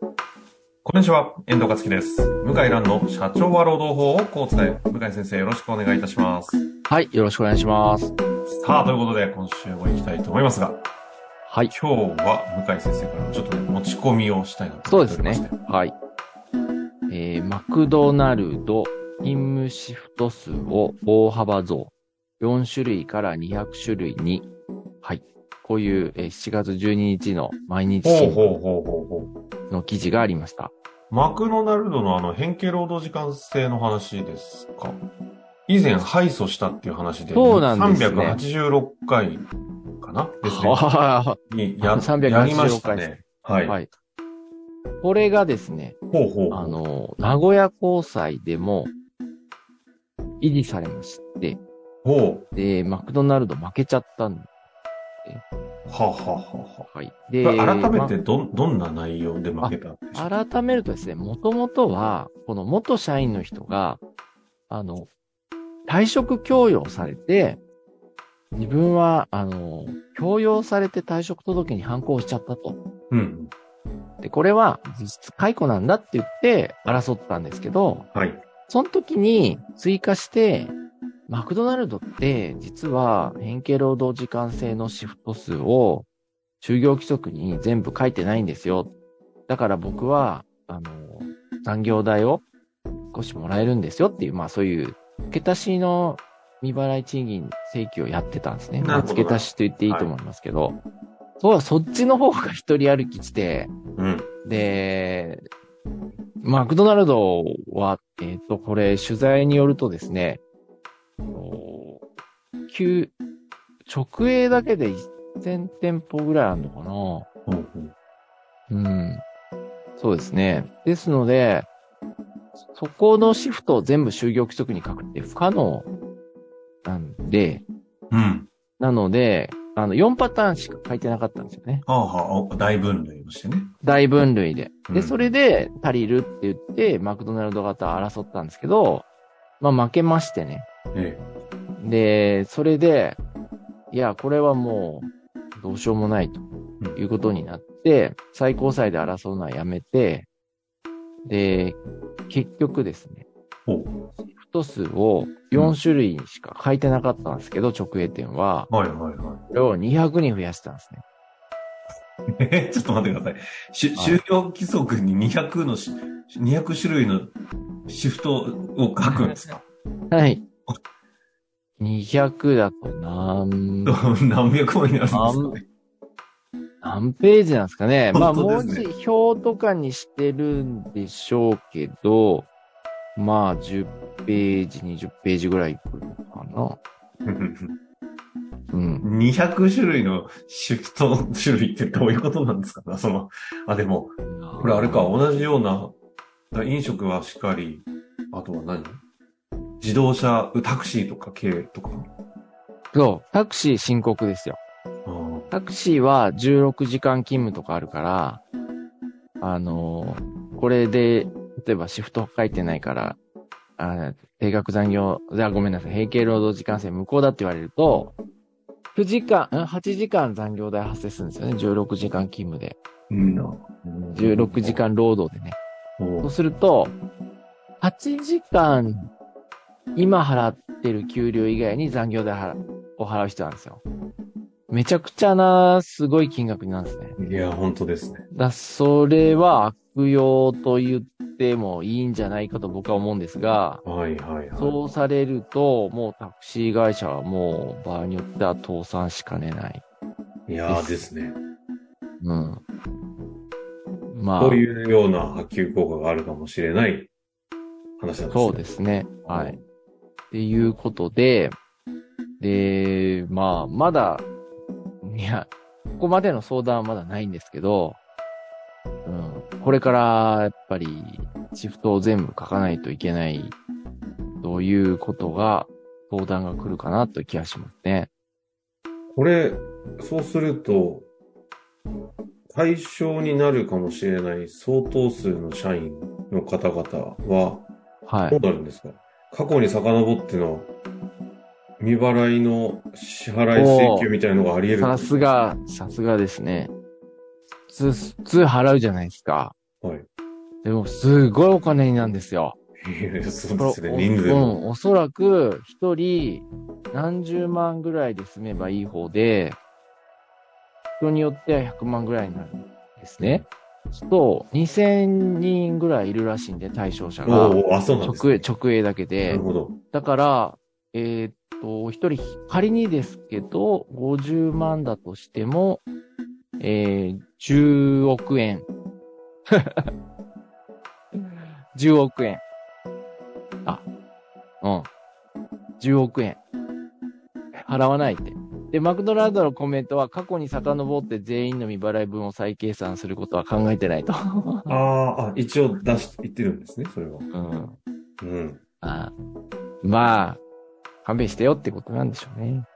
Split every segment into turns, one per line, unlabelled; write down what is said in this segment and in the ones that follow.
こんにちは、遠藤克樹です。向井蘭の社長は労働法をこう伝え、向井先生よろしくお願いいたします。
はい、よろしくお願いします。
さあ、ということで今週も行きたいと思いますが、
はい。
今日は向井先生からちょっとね持ち込みをしたいなと
そ
思
う
っ
で
てお
す
りまし
ね
て。。
はい。えー、マクドナルド、勤務シフト数を大幅増。4種類から200種類に。はい。こういう、えー7月12日の毎日
ほう
新聞
ほうほうほうほ
の記事がありました。
う。マクドナルドのあの変形労働時間制の話ですか以前敗訴したっていう話で、
そうなんですね
386回かなです ね。
は
にや
386。
やりましたね。はいい。
はい。これがですね、
ほうほうほ
あ
う。
の、名古屋高裁でも、維持されまして、
ほ
で、マクドナルド負けちゃったんで、
う。はあ、はあはあはあ
はい。で、
これ改め
ま
てど、どんな内容で負けたんでしょう
改めるとですね、もともとは、この元社員の人が、あの、退職強要されて、自分は、あの、強要されて退職届に反抗しちゃったと。
うん。
で、これは実質解雇なんだって言って争ってたんですけど、
はい。
その時に追加して、マクドナルドって実は変形労働時間制のシフト数を就業規則に全部書いてないんですよ。だから僕は、あの、残業代を少しもらえるんですよっていう、まあそういう、付け足しの未払い賃金請求をやってたんですね。
な
ま
る
あ
ほど
付け足しと言っていいと思いますけど、そう、そっちの方が一人歩きして、
うん。
で、マクドナルドは、えっ、と、これ、取材によるとですね、お旧直営だけで1000店舗ぐらいあるのかな
ほうほう
うん。そうですね。ですので、そこのシフトを全部就業規則に書くって不可能なんで、
うん。
なので、あの、4パターンしか書いてなかったんですよね。
はあはあ、大分類をしてね。
大分類で。
う
で、
ん
それで足りるって言って、マクドナルド型争ったんですけど、まあ負けましてね。
ええ。
で、それで、いや、これはもう、どうしようもないと
うん
いうことになって、最高裁で争うのはやめて、で、結局ですね、
ほう。
シフト数を4種類しか書いてなかったんですけど、直営店は、
はいはいは
これを200人増やしたんですね。
い。え ちょっと待ってください。し
はい
就業規則に200のし、200種類のシフトを書くんですか
はい。200だと何
何百万になるんです かね
何ページなんですかね。まあ、
本当
文
です
字
ね
表とかにしてるんでしょうけど、まあ、10ページ、20ページぐらいいくのかな。うん。
200種類のシフトの種類ってどういうことなんですかねその、あ、でも、これあれか、同じような、だ飲食はしっかり、あとは何自動車、タクシーとか系とか。
そう、タクシー申告ですよ。
うん
タクシーは16時間勤務とかあるから、あのーこれで、例えばシフト書いてないから、あー定額残業、じゃあごめんなさい、平均労働時間制無効だって言われると、9時間、ん8時間残業代発生するんですよね。16時間勤務で。
いいな。
16時。間労働でね。そうすると、8時間、今払ってる給料以外に残業代払を払う人なんですよ。めちゃくちゃな、すごい金額になるんですね。
いや、本当ですね。
だそれは悪用と言ってもいいんじゃないかと僕は思うんですが、
はいはいはい。
そうされると、もうタクシー会社はもう場合によっては倒産しかねない。
いやーですね。
うん。まあ、
こういうような波及効果があるかもしれない話なんですね。
そうですね。はい。っていうことで、で、まあ、まだ、いや、ここまでの相談はまだないんですけど、うん、これから、やっぱり、シフトを全部書かないといけない、ということが、相談が来るかなという気がしますね。
これ、そうすると、対象になるかもしれない相当数の社員の方々は、
は
ど
い。
うなるんですか過去に遡っての未払いの支払い請求みたいなのがあり得る
さす。が、さすがですね。普通、普通払うじゃないですか。
はい。
でも、すごいお金になるんですよ。
ええそう
これ
ですね、人数で
う
も。
ん、おそらく、一人、何十万ぐらいで住めばいい方で、人によっては100万ぐらいになるんですね。そうすると、2000人ぐらいいるらしいんで、対象者
お
が。
おあ、そうなんです
直営、
ね。
直営だけで。
なるほど。
だから、えーっと、一人、仮にですけど、50万だとしても、えー、10億円。10億円。あ、うん。10億円。払わないって。で、マクドナルドのコメントは過去に遡って全員の未払い分を再計算することは考えてないと。
ああ、あ、一応出して、言ってるんですね、それは。
うん。
うん。
あまあ、勘弁してよってことなんでしょうね。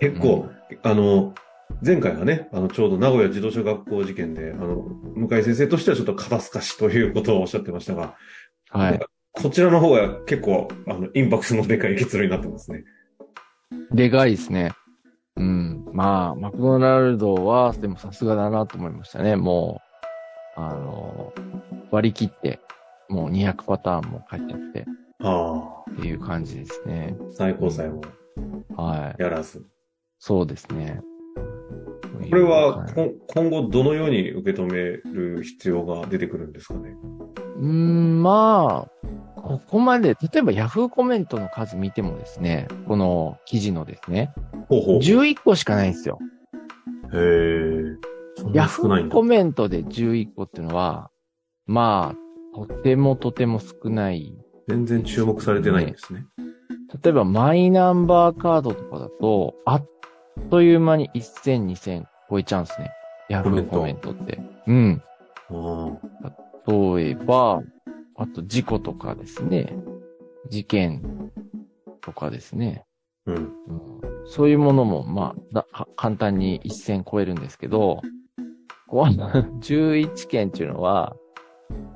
結構、あの、前回はね、あの、ちょうど名古屋自動小学校事件で、あの、向井先生としてはちょっと肩透かしということをおっしゃってましたが、
はい。
こちらの方が結構、あの、インパクトのでかい結論になってますね。
でかいですね。うん。まあ、マクドナルドは、でもさすがだなと思いましたね。もう、あの、割り切って、もう200パターンも書いてあって、
ああ、
っていう感じですね。
最高裁も
はい。
やらず。
そうですね。
これは、
い
こん今後どのように受け止める必要が出てくるんですかね。
うん、まあ、ここまで、例えばヤフーコメントの数見てもですね、この記事のですね、
ほうほう。へ
11個しかないんですよ。
え。そん
ヤ
な
フ
少ないん
ー
だ
コ。メントで11個っていうのは、まあ、とてもとても少ない。
全然注目されてないんですね。
例えば、マイナンバーカードとかだと、あっという間に1000、2000超えちゃうんですね。ヤ
コ
フ
メ
ー
ント
コメントって。うん。
あ
例えば、あと事故とかですね。事件とかですね。
あ、うん。
うんそういうものも、まあ、だは簡単に1000超えるんですけど、こう 11件っていうのは、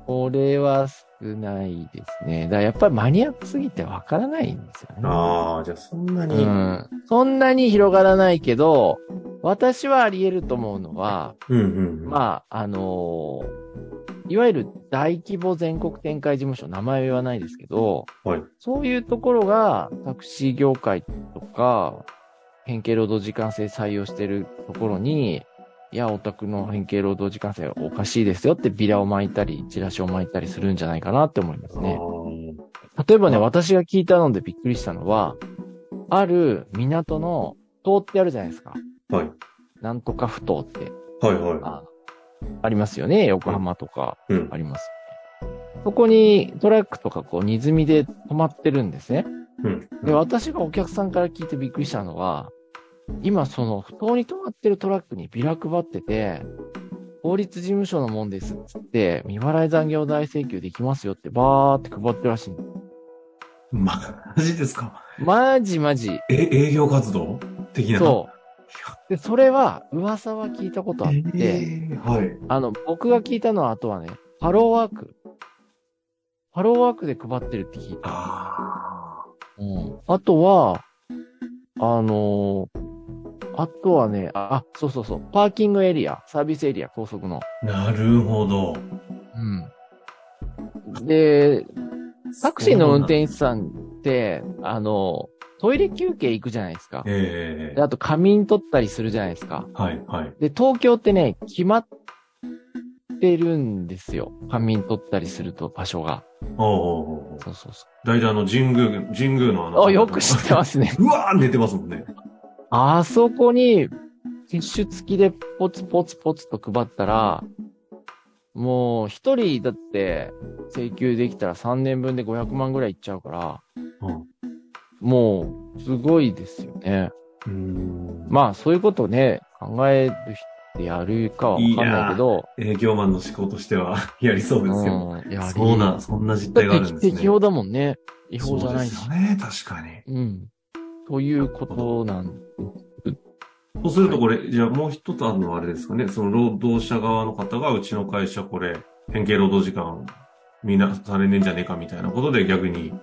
これは少ないですね。だからやっぱりマニアックすぎてわからないんですよね。
ああ、じゃあそんな
う
に。うん、
ん、そんなに広がらないけど、私はあり得ると思うのは、
うん、うん。あ、
まあ、あのーいわゆる大規模全国展開事務所、名前は言わないですけど、
はい
そういうところがタクシー業界とか、変形労働時間制採用してるところに、いや、お宅の変形労働時間制おかしいですよってビラを巻いたり、チラシを巻いたりするんじゃないかなって思いますね。例えばね、私が聞いたのでびっくりしたのは、ある港の島ってあるじゃないですか。
はい。
なんとか不島って。
はいは
あありますよね。横浜とか
い。うん
あ。りますよね。そこにトラックとかこう荷積みで止まってるんですね。
うん。
で、私がお客さんから聞いてびっくりしたのは、今その不当に止まってるトラックにビラ配ってて、法律事務所のもんですっつって、未払い残業代請求できますよってバーって配ってるらしいんです。
マジですか
マジマジ。
え、営業活動的な。
そう。で、それは噂は聞いたことあって、
えーはい。
あの、僕が聞いたのは、あとはね、ハローワーク。ハローワークで配ってるって聞いた。
あ
うん。あとは、あのーあとはね、あ、あそうそうそう、パーキングエリア、サービスエリア、高速の。
あ、なるほど。
うん。で、タクシーの運転手さんって、あの、トイレ休憩行くじゃないですか。
ええ
であと仮眠取ったりするじゃないですか。
はいはい。
で、東京ってね、決まってるんですよ。仮眠取ったりすると場所が。
おおおうおう
そうそうそ
大体あの、神宮、神宮のあ
う。
の。
あ、よく知ってますね。
うわー寝てますもんね。
あそこに、ティッシュ付きでポツポツポツと配ったら、もう一人だって請求できたら3年分で500万ぐらいいっちゃうから、
うん
もうすごいですよね。
うーん。
まあそういうことね、考える人ってやるかはわかんないけど、
営業マンの思考としては、 やりそうですよ。
うん、やり
そうな、そんな実態があるんですね。
適用だもんね。違法じゃないし。
そうですよね、確かに。
うん。ということなん。
そうするとこれ、じゃあもう一つあるのはあれですかね、その労働者側の方がうちの会社これ、変形労働時間みんなされねえんじゃねえかみたいなことで逆に、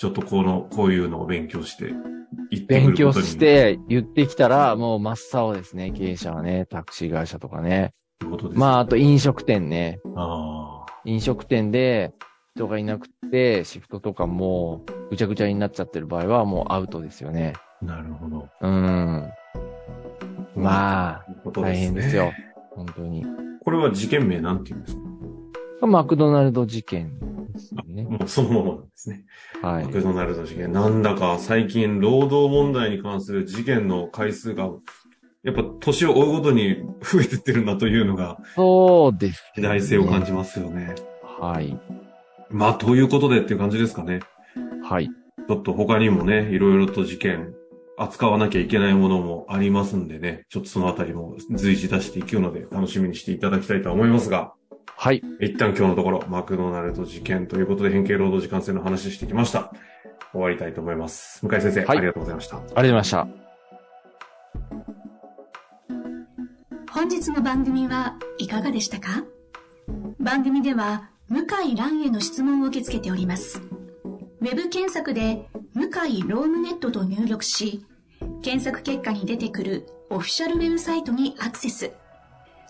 ちょっとこの、こういうのを勉強して、言ってく
勉
る
強
ことに。
して言ってきたら、もう真っ青ですね、経営者はね、タクシー会社とかね。
いうことです
まあ、
あ。
あと飲食店ね。
あ
飲食店で人がいなくて、シフトとかもうぐちゃぐちゃになっちゃってる場合はもうアウトですよね。
あ、なるほど。
うん。まあ、
ということ
大変ですよ。。本当に。
これは事件名なんて言うんですか
マクドナルド事件ですね。
もうそのままなんですね。
は
マ
い。
クドナルド事件。なんだか最近労働問題に関する事件の回数が、やっぱ年を追うごとに増えてってるなというのが、
そうです、
時代性を感じますよね。
はい。
まあ、ということでっていう感じですかね。
はい。
ちょっと他にもね、いろいろと事件、扱わなきゃいけないものもありますんでね、ちょっとそのあたりも随時出していくので楽しみにしていただきたいと思いますが、
はい。
一旦今日のところ、マクドナルド事件ということで変形労働時間制の話してきました。終わりたいと思います。向井先生、
はい
ありがとうございました。
ありがとうございました。
本日の番組はいかがでしたか番組では向井蘭への質問を受け付けておりますウェブ検索で「向井ロームネット」と入力し検索結果に出てくるオフィシャルウェブサイトにアクセス